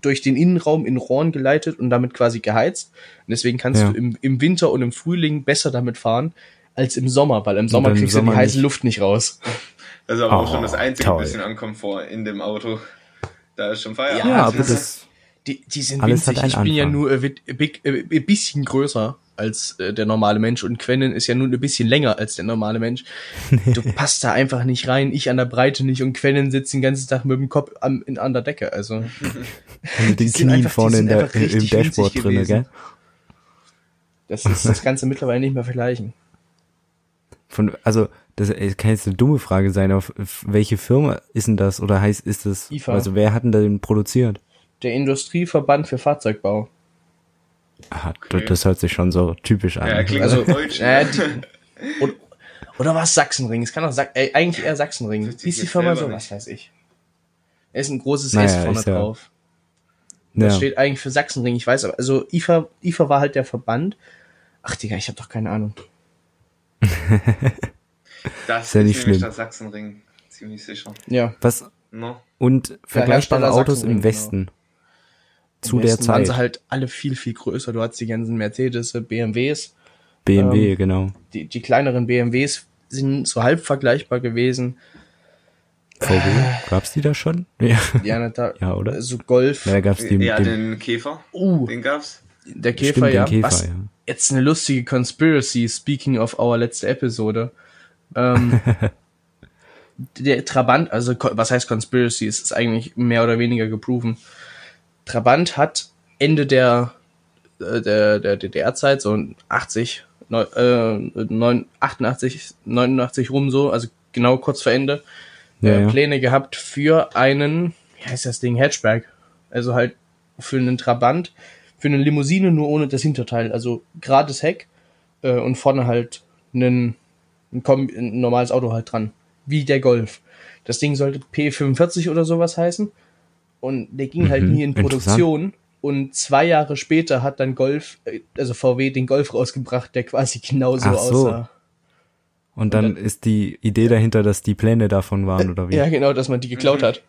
Speaker 3: durch den Innenraum in Rohren geleitet und damit quasi geheizt. Und deswegen kannst
Speaker 2: Ja.
Speaker 3: du im, im Winter und im Frühling besser damit fahren als im Sommer, weil im Sommer
Speaker 2: dann im
Speaker 3: kriegst du
Speaker 2: Sommer
Speaker 3: die heiße
Speaker 2: nicht.
Speaker 3: Luft nicht raus.
Speaker 4: Das ist aber auch
Speaker 2: Oh,
Speaker 4: schon das einzige
Speaker 2: toll.
Speaker 4: bisschen an Komfort in dem Auto. Da ist schon
Speaker 2: Ja,
Speaker 4: Feierabend.
Speaker 3: Ja, also
Speaker 2: aber das,
Speaker 3: Die, die sind
Speaker 2: Alles hat
Speaker 3: winzig.
Speaker 2: einen
Speaker 3: Ich bin ja
Speaker 2: Anfang.
Speaker 3: nur äh, wit- äh, big, äh, ein bisschen größer als äh, der normale Mensch und Quennen ist ja nun ein bisschen länger als der normale Mensch. Du passt da einfach nicht rein. Ich an der Breite nicht und Quennen sitzt den ganzen Tag mit dem Kopf am, in, an der Decke. Also
Speaker 2: mit den
Speaker 3: sind
Speaker 2: Knien
Speaker 3: einfach- die
Speaker 2: vorne in
Speaker 3: sind
Speaker 2: der,
Speaker 3: einfach richtig
Speaker 2: im
Speaker 3: winzig
Speaker 2: Dashboard drinne,
Speaker 3: gewesen.
Speaker 2: gell?
Speaker 3: das ist das Ganze mittlerweile nicht mehr vergleichen.
Speaker 2: Von, also, das ey, kann jetzt eine dumme Frage sein, auf auf welche Firma ist denn das? Oder heißt, ist das,
Speaker 3: IFA.
Speaker 2: also wer hat denn da den produziert?
Speaker 3: Der Industrieverband für Fahrzeugbau.
Speaker 2: Ah, d- das hört sich schon so typisch an.
Speaker 4: Ja, klingt
Speaker 3: Also,
Speaker 4: also, deutsch.
Speaker 3: ja,
Speaker 4: ne?
Speaker 3: die- und, oder was Sachsenring? Es kann auch Sach äh, eigentlich eher Sachsenring.
Speaker 4: Wüsste ich
Speaker 3: Hieß die
Speaker 4: jetzt
Speaker 3: Firma so?
Speaker 4: selber
Speaker 3: Was weiß ich. Da ist ein großes
Speaker 2: Naja,
Speaker 3: S vorne
Speaker 2: ist ja-
Speaker 3: drauf.
Speaker 2: ja.
Speaker 3: Das steht eigentlich für Sachsenring, ich weiß aber. Also IFA, IFA war halt der Verband. Ach Digga, ich habe doch keine Ahnung.
Speaker 4: das
Speaker 2: ja nicht
Speaker 4: ist nämlich
Speaker 2: schlimm.
Speaker 4: das Sachsenring. ziemlich sicher.
Speaker 3: Ja.
Speaker 2: Was,
Speaker 4: Ne?
Speaker 2: und vergleichbare
Speaker 3: Hersteller
Speaker 2: Autos im
Speaker 3: Sachsenring,
Speaker 2: Westen. Zu
Speaker 3: genau. Im
Speaker 2: der
Speaker 3: Westen waren sie
Speaker 2: Zeit.
Speaker 3: halt alle viel, viel größer. Du hattest die ganzen Mercedes, äh, BMWs.
Speaker 2: BMW,
Speaker 3: Ähm,
Speaker 2: genau.
Speaker 3: Die, die kleineren BMWs sind so halb vergleichbar gewesen.
Speaker 2: VW, gab's die da schon? Ja,
Speaker 3: Ja, na, da, äh,
Speaker 2: Ja, oder?
Speaker 3: So Golf.
Speaker 2: da gab's die mit
Speaker 4: Äh, ja,
Speaker 2: dem
Speaker 4: den Käfer,
Speaker 3: Uh,
Speaker 4: den gab's.
Speaker 3: der Käfer,
Speaker 2: stimmt, den
Speaker 3: ja.
Speaker 2: Käfer,
Speaker 3: Was
Speaker 2: ja.
Speaker 3: jetzt eine lustige Conspiracy, speaking of our letzte Episode. Ähm, der Trabant, also ko- was heißt Conspiracy? Es ist eigentlich mehr oder weniger geproven. Trabant hat Ende der, äh, der, der DDR-Zeit, so 80, neu- äh, neun- 88, 89 rum so, also genau kurz vor Ende,
Speaker 2: Ja,
Speaker 3: äh,
Speaker 2: ja.
Speaker 3: Pläne gehabt für einen, wie heißt das Ding, Hatchback. Also halt für einen Trabant, für eine Limousine nur ohne das Hinterteil. Also gerades Heck äh, und vorne halt einen, ein, Kombi, ein normales Auto halt dran. Wie der Golf. Das Ding sollte P45 oder sowas heißen. Und der ging halt
Speaker 2: Mhm,
Speaker 3: nie in Produktion. Und zwei Jahre später hat dann Golf, äh, also VW, den Golf rausgebracht, der quasi genauso
Speaker 2: Ach so.
Speaker 3: aussah.
Speaker 2: Und dann ist die Idee dahinter, dass die Pläne davon waren, oder wie?
Speaker 3: Ja, genau, dass man die geklaut hat.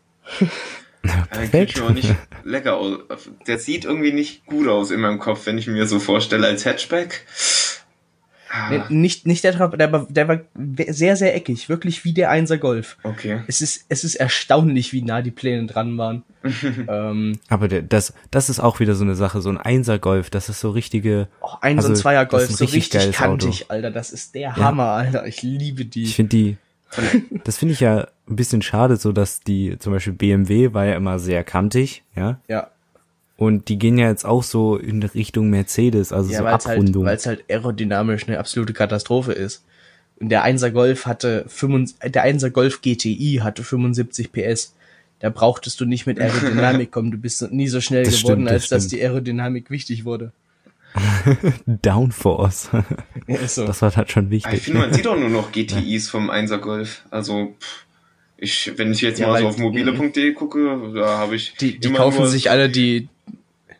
Speaker 4: Der
Speaker 2: Perfekt.
Speaker 4: sieht mir auch nicht lecker aus. Der sieht irgendwie nicht gut aus in meinem Kopf, wenn ich mir so vorstelle als Hatchback. Ah,
Speaker 3: Nee, Äh, Nicht, nicht der Trab, der war, der war we- sehr, sehr eckig, wirklich wie der Einser Golf.
Speaker 4: Okay.
Speaker 3: Es ist, es ist erstaunlich, wie nah die Pläne dran waren. ähm,
Speaker 2: Aber der, das, das ist auch wieder so eine Sache, so ein Einser-Golf, das ist so richtige,
Speaker 3: auch eins
Speaker 2: Also,
Speaker 3: und Zweier
Speaker 2: das
Speaker 3: Golf,
Speaker 2: ist ein
Speaker 3: oh, so
Speaker 2: richtig
Speaker 3: richtig
Speaker 2: geiles Auto.
Speaker 3: kantig, Alter. Das ist der Hammer, Alter. Ich liebe die.
Speaker 2: ich finde die, das finde ich ja ein bisschen schade, so dass die, zum Beispiel BMW war ja immer sehr kantig, ja,
Speaker 3: ja,
Speaker 2: und die gehen ja jetzt auch so in Richtung Mercedes, also
Speaker 3: ja
Speaker 2: so
Speaker 3: weil es halt,
Speaker 2: Abrundung.
Speaker 3: weil's halt aerodynamisch eine absolute Katastrophe ist. Und der Einser Golf hatte 75, der Einser Golf GTI hatte 75 PS. Da brauchtest du nicht mit Aerodynamik kommen. Du bist nie so schnell
Speaker 2: Das
Speaker 3: geworden,
Speaker 2: stimmt, das
Speaker 3: als dass
Speaker 2: stimmt.
Speaker 3: die Aerodynamik wichtig wurde.
Speaker 2: Downforce,
Speaker 3: Ja, ist so.
Speaker 2: das war halt schon
Speaker 4: Aber Ah, ich
Speaker 2: wichtig.
Speaker 4: finde, man sieht auch nur noch GTIs vom 1er Golf. Also, pff, ich, wenn ich jetzt
Speaker 3: Ja,
Speaker 4: mal so
Speaker 3: weil-
Speaker 4: auf mobile.de gucke, da habe ich.
Speaker 3: Die, die
Speaker 4: immer
Speaker 3: kaufen
Speaker 4: nur
Speaker 3: sich alle die,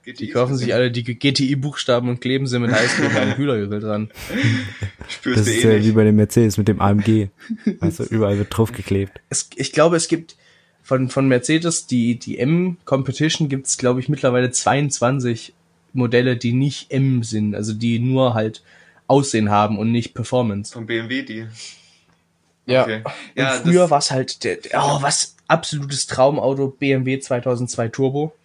Speaker 4: GTIs
Speaker 3: die kaufen sich
Speaker 4: gesehen.
Speaker 3: alle die GTI-Buchstaben und kleben sie mit Heißkleber am Kühlergürtel dran.
Speaker 4: Spürst
Speaker 2: Das
Speaker 4: du
Speaker 2: ist
Speaker 4: eh
Speaker 2: ja wie
Speaker 4: nicht.
Speaker 2: bei dem Mercedes mit dem AMG, also überall wird draufgeklebt.
Speaker 3: Es, ich glaube, es gibt von, von Mercedes die, die M Competition gibt's glaube ich, mittlerweile 22 Modelle, die nicht M sind, also die nur halt Aussehen haben und nicht Performance.
Speaker 4: Vom BMW die.
Speaker 3: Ja.
Speaker 4: Okay.
Speaker 3: Und
Speaker 4: Ja,
Speaker 3: früher
Speaker 4: das-
Speaker 3: war's halt der, der- oh, was absolutes Traumauto BMW 2002 Turbo.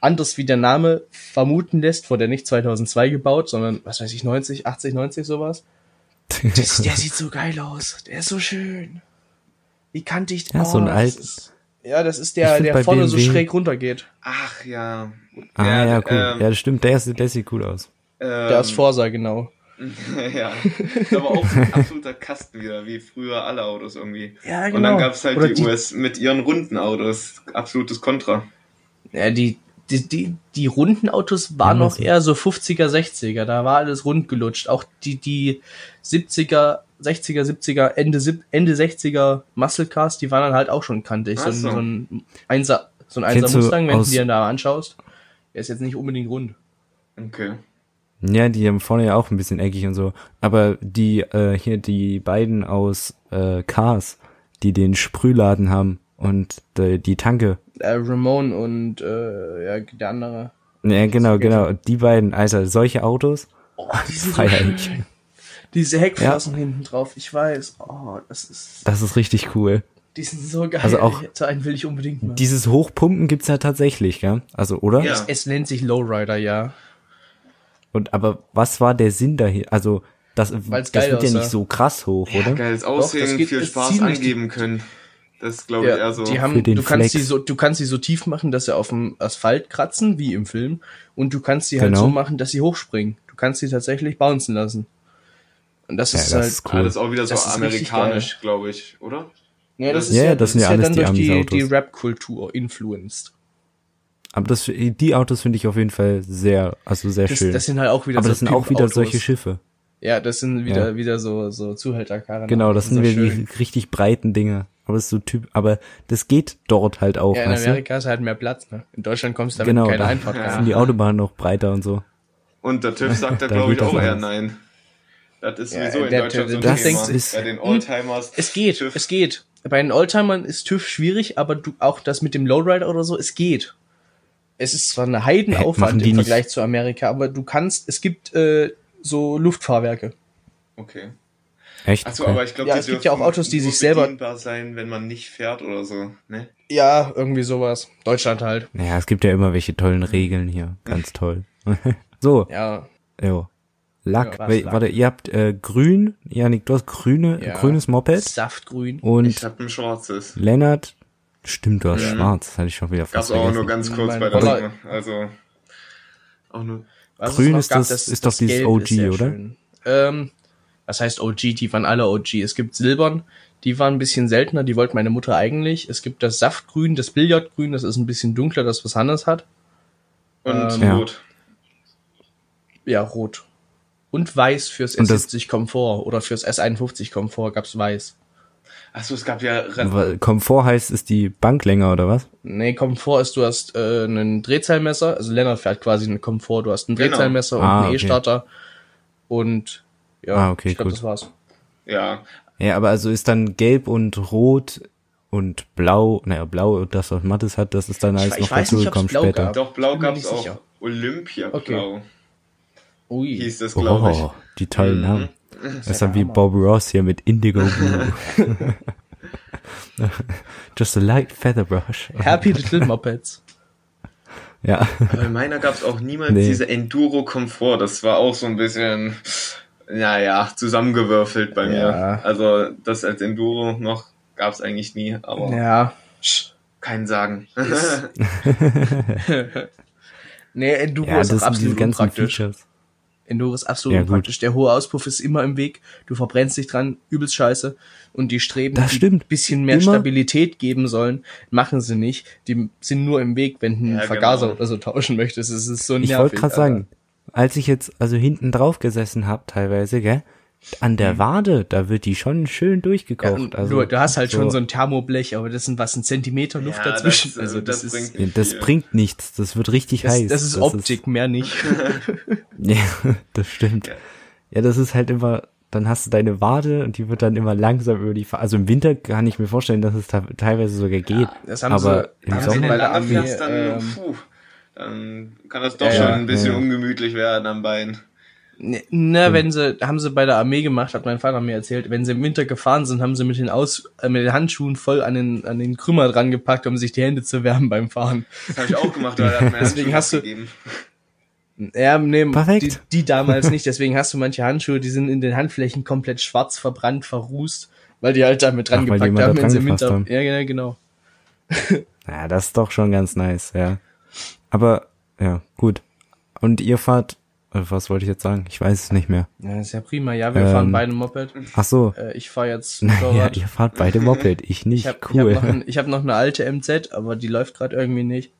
Speaker 3: Anders wie der Name vermuten lässt, wurde er nicht 2002 gebaut, sondern was weiß ich 90, 80, 90 sowas. Das, der sieht so geil aus. Der ist so schön. Wie kantig.
Speaker 2: Ja, so ein
Speaker 3: das
Speaker 2: alten.
Speaker 3: ist- Ja, das ist
Speaker 2: Ich
Speaker 3: der,
Speaker 2: find
Speaker 3: der
Speaker 2: bei
Speaker 3: vorne so
Speaker 2: BMW
Speaker 3: schräg runtergeht.
Speaker 4: Ach ja.
Speaker 2: Ah, ja, cool.
Speaker 4: ähm,
Speaker 2: ja, das stimmt, der, ist- der sieht cool aus.
Speaker 4: ähm,
Speaker 3: Der ist Forsa, genau.
Speaker 4: ja. Aber auch ein absoluter Kasten wieder, wie früher alle Autos irgendwie.
Speaker 3: Ja, genau.
Speaker 4: Und dann gab's halt
Speaker 3: Oder
Speaker 4: die,
Speaker 3: die,
Speaker 4: US mit ihren runden Autos. Absolutes Kontra.
Speaker 3: ja, die, die, die, die runden Autos waren
Speaker 2: Ja,
Speaker 3: noch
Speaker 2: so.
Speaker 3: eher so 50er, 60er. Da war alles rund gelutscht. Auch die, die 70er, 60er, 70er, Ende, sieb- Ende 60er Muscle Cars, die waren dann halt auch schon kantig. So,
Speaker 4: Ach
Speaker 3: ein-
Speaker 4: so.
Speaker 3: so ein Einser, so ein Einser
Speaker 2: Kennst du
Speaker 3: Mustang, wenn du
Speaker 2: aus-
Speaker 3: dir den da anschaust. Der ist jetzt nicht unbedingt rund.
Speaker 4: Okay.
Speaker 2: Ja, die haben vorne ja auch ein bisschen eckig und so. Aber die, äh, hier die beiden aus äh, Cars, die den Sprühladen haben und äh, die Tanke.
Speaker 3: äh, Ramon und äh, ja, der andere.
Speaker 2: Ja, genau, genau. Die beiden, Alter, solche Autos.
Speaker 3: Oh, die sind so
Speaker 2: Feierlich.
Speaker 3: schön. Diese Heckflossen hinten drauf, ich weiß. Oh, das ist.
Speaker 2: Das ist richtig cool.
Speaker 3: Die sind so geil.
Speaker 2: Also auch-
Speaker 3: so einen will ich unbedingt mal.
Speaker 2: Dieses Hochpumpen gibt's ja tatsächlich, gell? Also, oder?
Speaker 4: Ja.
Speaker 3: es, es nennt sich Lowrider, ja.
Speaker 2: Und aber was war der Sinn dahin? Also, das,
Speaker 3: Weil's
Speaker 2: das
Speaker 3: geil
Speaker 2: wird ja
Speaker 3: aussah.
Speaker 2: nicht so krass hoch, oder?
Speaker 4: Geiles
Speaker 3: das
Speaker 4: Aussehen,
Speaker 3: geht-
Speaker 4: viel
Speaker 3: das
Speaker 4: Spaß
Speaker 3: ziehen richtig-
Speaker 4: angeben können. Das glaube ich also
Speaker 3: ja
Speaker 4: eher so.
Speaker 3: die
Speaker 2: Für
Speaker 3: haben,
Speaker 2: den
Speaker 3: du kannst
Speaker 2: Flex.
Speaker 3: sie so, du kannst sie so tief machen, dass sie auf dem Asphalt kratzen, wie im Film. Und du kannst sie halt
Speaker 2: Genau.
Speaker 3: so machen, dass sie hochspringen. Du kannst sie tatsächlich bouncen lassen. Und das
Speaker 2: Ja,
Speaker 3: ist
Speaker 2: das
Speaker 3: halt.
Speaker 2: ist cool.
Speaker 4: Ah, das ist auch wieder so
Speaker 3: Das ist richtig
Speaker 4: amerikanisch, glaube ich, oder?
Speaker 3: ja, das ist
Speaker 2: Ja,
Speaker 3: ja,
Speaker 2: das sind
Speaker 3: ist
Speaker 2: ja
Speaker 3: ja
Speaker 2: alles
Speaker 3: dann
Speaker 2: die
Speaker 3: durch die,
Speaker 2: Amis-Autos.
Speaker 3: die Rap-Kultur influenced.
Speaker 2: Aber das, die Autos finde ich auf jeden Fall sehr, also sehr
Speaker 3: Das,
Speaker 2: schön.
Speaker 3: das sind halt auch wieder
Speaker 2: aber
Speaker 3: so
Speaker 2: das sind auch wieder
Speaker 3: Pimp-Autos.
Speaker 2: solche Schiffe.
Speaker 3: Ja, das sind wieder,
Speaker 2: Ja.
Speaker 3: wieder so, so Zuhälterkarren.
Speaker 2: Genau, das sind
Speaker 3: so
Speaker 2: wir
Speaker 3: schön.
Speaker 2: die richtig breiten Dinger. Aber das ist so Typ, aber das geht dort halt auch.
Speaker 3: Ja, in
Speaker 2: weißt du?
Speaker 3: Amerika ist halt mehr Platz, ne? In Deutschland kommst du damit
Speaker 2: Genau,
Speaker 3: keine
Speaker 2: da
Speaker 3: Einfahrt rein.
Speaker 2: sind die Autobahnen noch breiter und so.
Speaker 4: Und der TÜV sagt da,
Speaker 2: Da
Speaker 4: glaube
Speaker 2: geht
Speaker 4: ich, auch
Speaker 2: das
Speaker 4: eher
Speaker 2: alles.
Speaker 4: nein. Das ist
Speaker 3: Ja,
Speaker 4: sowieso in
Speaker 3: der
Speaker 4: Deutschland
Speaker 3: TÜV
Speaker 4: so ein
Speaker 2: das
Speaker 4: Thema.
Speaker 2: ist-
Speaker 4: Bei den Oldtimers.
Speaker 3: Hm, Es geht,
Speaker 4: TÜV.
Speaker 3: es geht. bei den Oldtimern ist TÜV schwierig, aber du, auch das mit dem Lowrider oder so, es geht. Es ist zwar eine
Speaker 2: machen
Speaker 3: Heidenaufwand
Speaker 2: die
Speaker 3: im
Speaker 2: nicht-
Speaker 3: Vergleich zu Amerika, aber du kannst, es gibt äh, so Luftfahrwerke.
Speaker 4: Okay.
Speaker 2: Echt?
Speaker 4: Achso,
Speaker 2: Okay.
Speaker 4: aber ich glaube,
Speaker 3: Ja,
Speaker 4: die
Speaker 3: es gibt ja
Speaker 4: dürfen
Speaker 3: auch Autos, die
Speaker 4: nur
Speaker 3: sich selber-
Speaker 4: bedienbar sein, wenn man nicht fährt oder so, ne?
Speaker 3: Ja, irgendwie sowas. Deutschland halt.
Speaker 2: Naja, es gibt ja immer welche tollen Regeln hier. Ganz toll. so,
Speaker 3: Ja,
Speaker 2: jo. Lack.
Speaker 3: Ja, was
Speaker 2: Wel-
Speaker 3: Lack?
Speaker 2: Warte, ihr habt äh, grün, Janik, du hast grüne,
Speaker 3: Ja.
Speaker 2: grünes Moped
Speaker 3: Saftgrün.
Speaker 4: Ich
Speaker 2: und
Speaker 4: hab ein schwarzes.
Speaker 2: Lennart, stimmt, du hast schwarz, das hatte ich schon wieder
Speaker 4: Gab's
Speaker 2: fast
Speaker 4: auch
Speaker 2: vergessen.
Speaker 4: nur ganz kurz
Speaker 3: Mein
Speaker 4: bei der
Speaker 3: Roller-
Speaker 4: Nummer. Also. Auch nur.
Speaker 3: Was es
Speaker 2: Grün
Speaker 3: noch
Speaker 2: ist das- ist doch dieses
Speaker 3: Gelb
Speaker 2: OG,
Speaker 3: sehr
Speaker 2: oder?
Speaker 3: schön. Ähm, was heißt OG? Die waren alle OG. Es gibt Silbern, die waren ein bisschen seltener, die wollte meine Mutter eigentlich. Es gibt das Saftgrün, das Billardgrün, das ist ein bisschen dunkler, das was Hannes hat.
Speaker 4: Und
Speaker 3: Ähm,
Speaker 2: Ja.
Speaker 4: rot.
Speaker 3: Ja, rot. Und weiß fürs
Speaker 2: Und das-
Speaker 3: S70 Komfort oder fürs S51 Komfort gab's weiß.
Speaker 4: Achso, es gab ja. Re
Speaker 2: Weil Komfort heißt, ist die Bank länger oder was?
Speaker 3: Nee, Komfort ist, du hast äh, einen Drehzahlmesser, also Lennart fährt quasi einen Komfort, du hast einen
Speaker 4: Genau.
Speaker 3: Drehzahlmesser und
Speaker 2: Ah,
Speaker 3: einen
Speaker 2: okay.
Speaker 3: E-Starter. Und ja,
Speaker 2: Ah, okay,
Speaker 3: ich glaube,
Speaker 2: gut.
Speaker 3: das war's.
Speaker 4: ja.
Speaker 2: Ja, aber also ist dann gelb und rot und blau, naja, blau und das, was Mattes hat, das ist dann alles
Speaker 3: ich
Speaker 2: noch
Speaker 3: weiß nicht,
Speaker 2: dazugekommen
Speaker 3: ob's blau
Speaker 2: später.
Speaker 3: gab.
Speaker 4: Doch, blau
Speaker 3: Bin mir
Speaker 4: gab's
Speaker 3: nicht
Speaker 4: auch.
Speaker 3: sicher.
Speaker 4: Olympia
Speaker 3: Okay.
Speaker 4: Blau
Speaker 3: Ui.
Speaker 4: hieß das, glaube ich.
Speaker 2: Oh, die
Speaker 3: Mhm.
Speaker 2: tollen Namen. Das ist dann wie Bob Ross hier mit Indigo Blue. Just a light feather brush.
Speaker 3: Happy Little Mopeds.
Speaker 2: Ja.
Speaker 4: Bei meiner gab's auch niemals
Speaker 2: Nee.
Speaker 4: diese Enduro-Komfort. Das war auch so ein bisschen, naja, zusammengewürfelt bei mir.
Speaker 3: Ja.
Speaker 4: Also das als Enduro noch gab's eigentlich nie, aber
Speaker 3: Ja.
Speaker 4: kein Sagen.
Speaker 3: Nee, Enduro
Speaker 2: Ja, das
Speaker 3: ist auch
Speaker 2: sind diese
Speaker 3: absolut
Speaker 2: ganzen
Speaker 3: unpraktisch.
Speaker 2: Features.
Speaker 3: Enduro ist absolut
Speaker 2: Ja, gut.
Speaker 3: unpraktisch. Der hohe Auspuff ist immer im Weg. Du verbrennst dich dran, übelst scheiße. Und die Streben,
Speaker 2: Das
Speaker 3: die
Speaker 2: stimmt.
Speaker 3: bisschen mehr
Speaker 2: Immer-
Speaker 3: Stabilität geben sollen, machen sie nicht. Die sind nur im Weg, wenn du einen
Speaker 4: Ja,
Speaker 3: Vergaser
Speaker 4: genau.
Speaker 3: oder so tauschen möchtest. Es ist so nervig.
Speaker 2: Ich wollte gerade
Speaker 3: Alter.
Speaker 2: sagen, als ich jetzt also hinten drauf gesessen hab, teilweise, gell, an der Wade, da wird die schon schön
Speaker 3: Mhm. Ja,
Speaker 2: durchgekocht.
Speaker 3: und
Speaker 2: also,
Speaker 3: du, du hast halt schon so
Speaker 2: ein
Speaker 3: ein Thermoblech, aber das sind was, ein Zentimeter Luft
Speaker 4: Ja,
Speaker 3: dazwischen.
Speaker 4: das, äh,
Speaker 3: also das,
Speaker 4: das
Speaker 3: ist,
Speaker 2: ja,
Speaker 4: bringt-
Speaker 2: das bringt nichts, das wird richtig
Speaker 3: das,
Speaker 2: heiß.
Speaker 3: das ist Optik, mehr nicht.
Speaker 2: Ja, das stimmt. Ja. das ist halt immer, dann hast du deine Wade und die wird dann immer langsam über die, Fa- also im Winter kann ich mir vorstellen, dass es te- teilweise sogar geht.
Speaker 3: das haben
Speaker 2: aber
Speaker 3: sie-
Speaker 2: im
Speaker 3: haben sie
Speaker 4: Wenn
Speaker 2: Sommer,
Speaker 4: du
Speaker 3: bei der
Speaker 4: lange
Speaker 3: Armee,
Speaker 4: fährst, dann,
Speaker 3: ähm,
Speaker 4: puh, dann kann das doch
Speaker 3: ja,
Speaker 4: schon ein bisschen
Speaker 2: ja.
Speaker 4: ungemütlich werden am Bein.
Speaker 3: Ne, Na,
Speaker 2: Hm.
Speaker 3: wenn sie, haben sie bei der Armee gemacht, hat mein Vater mir erzählt, wenn sie im Winter gefahren sind, haben sie mit den Aus, äh, mit den Handschuhen voll an den, an den Krümmer dran gepackt, um sich die Hände zu wärmen beim Fahren.
Speaker 4: Das habe ich auch gemacht, aber da hat mir
Speaker 3: Deswegen hast du-
Speaker 4: abgegeben.
Speaker 3: Ja, nee,
Speaker 2: Perfekt.
Speaker 3: die, die damals nicht, deswegen hast du manche Handschuhe, die sind in den Handflächen komplett schwarz, verbrannt, verrußt, weil die halt damit dran
Speaker 2: Ach, weil die
Speaker 3: gepackt
Speaker 2: immer da
Speaker 3: haben, wenn
Speaker 2: dran
Speaker 3: sie im
Speaker 2: gefasst
Speaker 3: Winter,
Speaker 2: haben.
Speaker 3: ja, ja, genau.
Speaker 2: ja, das ist doch schon ganz nice, ja. Aber, ja, gut. Und ihr fahrt, äh, was wollte ich jetzt sagen? Ich weiß es nicht mehr.
Speaker 3: Ja, ist ja prima, ja, wir
Speaker 2: Ähm,
Speaker 3: fahren beide Moped.
Speaker 2: Ach so.
Speaker 3: Äh, ich fahre jetzt
Speaker 2: Ja,
Speaker 3: Motorrad.
Speaker 2: ihr fahrt beide Moped, ich nicht.
Speaker 3: ich habe
Speaker 2: cool.
Speaker 3: ich hab noch, ein- ich hab noch eine alte MZ, aber die läuft gerade irgendwie nicht.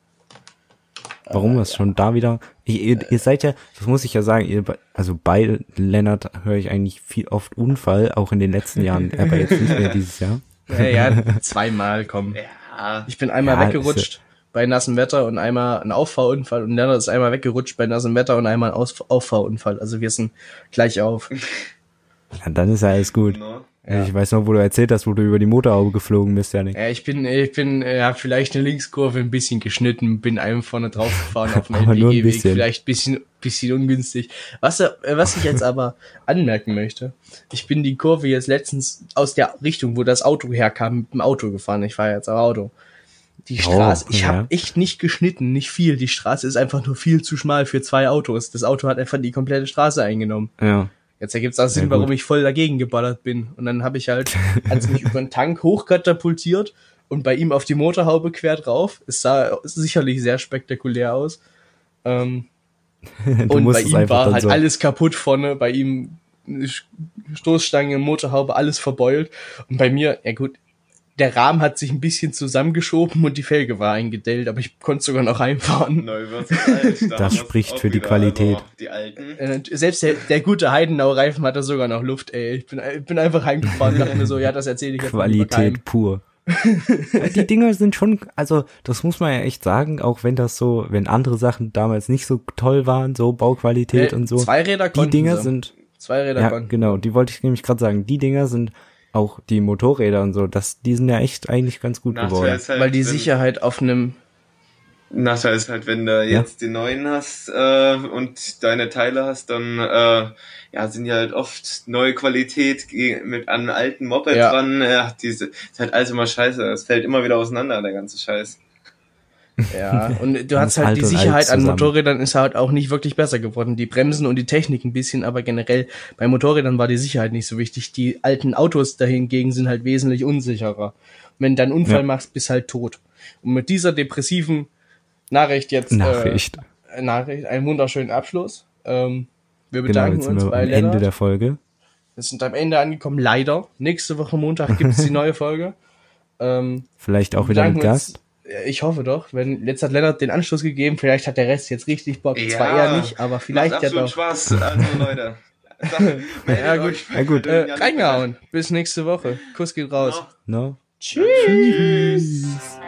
Speaker 3: Äh,
Speaker 2: Warum was schon da wieder? Ihr, ihr, ihr seid ja, das muss ich ja sagen, ihr, be- also bei Lennart höre ich eigentlich viel oft Unfall, auch in den letzten Jahren, aber jetzt nicht mehr dieses Jahr.
Speaker 3: Ja, ja, zweimal kommen.
Speaker 4: Ja,
Speaker 3: Ich bin einmal
Speaker 2: Ja, ist
Speaker 3: weggerutscht bei nassem Wetter und einmal ein Auffahrunfall und Lennart ist einmal weggerutscht bei nassem Wetter und einmal ein Aus Auffahrunfall. Also wir sind gleich auf.
Speaker 2: Ja, dann ist ja alles gut. Also
Speaker 4: ne?
Speaker 2: Ich weiß noch, wo du erzählt hast, wo du über die Motorhaube geflogen bist, Janik.
Speaker 3: Ja, ich bin, ich bin, äh, hab vielleicht eine Linkskurve ein bisschen geschnitten, bin einem vorne drauf gefahren auf dem
Speaker 2: Aber nur ein
Speaker 3: LPG-Weg,
Speaker 2: bisschen.
Speaker 3: vielleicht ein bisschen, bisschen ungünstig. Was, äh, was ich jetzt aber anmerken möchte, ich bin die Kurve jetzt letztens aus der Richtung, wo das Auto herkam, mit dem Auto gefahren. Ich fahre jetzt am Auto. Die Straße, ich habe
Speaker 2: Oh, ja.
Speaker 3: echt nicht geschnitten, nicht viel. Die Straße ist einfach nur viel zu schmal für zwei Autos. Das Auto hat einfach die komplette Straße eingenommen.
Speaker 2: Ja.
Speaker 3: Jetzt ergibt's auch Sinn,
Speaker 2: Ja, gut.
Speaker 3: warum ich voll dagegen geballert bin. Und dann habe ich halt, als mich über den Tank hochkatapultiert und bei ihm auf die Motorhaube quer drauf. Es sah sicherlich sehr spektakulär aus. Ähm,
Speaker 2: Du
Speaker 3: und bei
Speaker 2: musst es
Speaker 3: ihm
Speaker 2: einfach
Speaker 3: war
Speaker 2: dann
Speaker 3: halt
Speaker 2: so.
Speaker 3: alles kaputt vorne. Bei ihm Sch- Stoßstange, Motorhaube, alles verbeult. Und bei mir, ja gut, der Rahmen hat sich ein bisschen zusammengeschoben und die Felge war eingedellt, aber ich konnte sogar noch heimfahren.
Speaker 4: Neu wird's alt. da haben wir's
Speaker 2: spricht
Speaker 4: auch
Speaker 2: für die
Speaker 4: wieder.
Speaker 2: Qualität.
Speaker 4: Also, die alten.
Speaker 3: Äh, Selbst der, der gute Heidenau-Reifen hatte sogar noch Luft, ey. Ich bin, ich bin einfach heimgefahren und dachte mir so, ja, das erzähle ich jetzt mal lieber keinem.
Speaker 2: Qualität pur. Ja, die Dinger sind schon, also das muss man ja echt sagen, auch wenn das so, wenn andere Sachen damals nicht so toll waren, so Bauqualität
Speaker 3: Äh,
Speaker 2: und so.
Speaker 3: Zwei Räder
Speaker 2: die
Speaker 3: konnten
Speaker 2: Dinger
Speaker 3: sie.
Speaker 2: sind
Speaker 3: Zwei Räder
Speaker 2: Ja,
Speaker 3: konnten.
Speaker 2: genau, die wollte ich nämlich gerade sagen. Die Dinger sind auch die Motorräder und so, das, die sind ja echt eigentlich ganz gut
Speaker 4: Nachteil
Speaker 2: geworden.
Speaker 4: ist halt,
Speaker 3: Weil die
Speaker 4: wenn-
Speaker 3: Sicherheit auf einem
Speaker 4: Nachteil ist halt, wenn du jetzt den neuen hast äh, und deine Teile hast, dann äh, ja, sind ja halt oft neue Qualität ge- mit an alten Moped
Speaker 3: Ja.
Speaker 4: dran. Ja, diese ist halt alles immer scheiße. Es fällt immer wieder auseinander, der ganze Scheiß.
Speaker 3: Ja, und du hast
Speaker 2: Ganz
Speaker 3: halt die
Speaker 2: alt und alt
Speaker 3: Sicherheit an
Speaker 2: zusammen.
Speaker 3: Motorrädern ist halt auch nicht wirklich besser geworden. Die Bremsen und die Technik ein bisschen, aber generell bei Motorrädern war die Sicherheit nicht so wichtig. Die alten Autos dahingegen sind halt wesentlich unsicherer. Wenn du einen Unfall
Speaker 2: Ja.
Speaker 3: machst, bist halt tot. Und mit dieser depressiven Nachricht jetzt
Speaker 2: Nachricht.
Speaker 3: Äh, Nachricht einen wunderschönen Abschluss. Ähm, wir
Speaker 2: genau,
Speaker 3: bedanken
Speaker 2: jetzt sind
Speaker 3: uns
Speaker 2: wir
Speaker 3: bei
Speaker 2: am Ende
Speaker 3: Lennart.
Speaker 2: der Folge.
Speaker 3: wir sind am Ende angekommen, leider. Nächste Woche Montag gibt's die neue Folge. Ähm,
Speaker 2: Vielleicht auch wieder
Speaker 3: bedanken
Speaker 2: mit
Speaker 3: uns-
Speaker 2: Gast.
Speaker 3: Ja, Ich hoffe doch. Wenn, jetzt hat Lennart den Anschluss gegeben, vielleicht hat der Rest jetzt richtig Bock.
Speaker 4: Ja.
Speaker 3: Zwar eher nicht, aber vielleicht
Speaker 4: Macht
Speaker 3: ja
Speaker 4: absolut
Speaker 3: doch.
Speaker 4: Spaß. Also Leute. Sag, meldet
Speaker 3: Ja, gut.
Speaker 4: euch bei
Speaker 2: Ja, gut.
Speaker 3: Äh,
Speaker 4: Jan-
Speaker 2: ne?
Speaker 3: reingehauen. Bis nächste Woche. Kuss geht raus.
Speaker 4: Genau.
Speaker 2: No?
Speaker 3: Tschüss.
Speaker 4: Tschüss.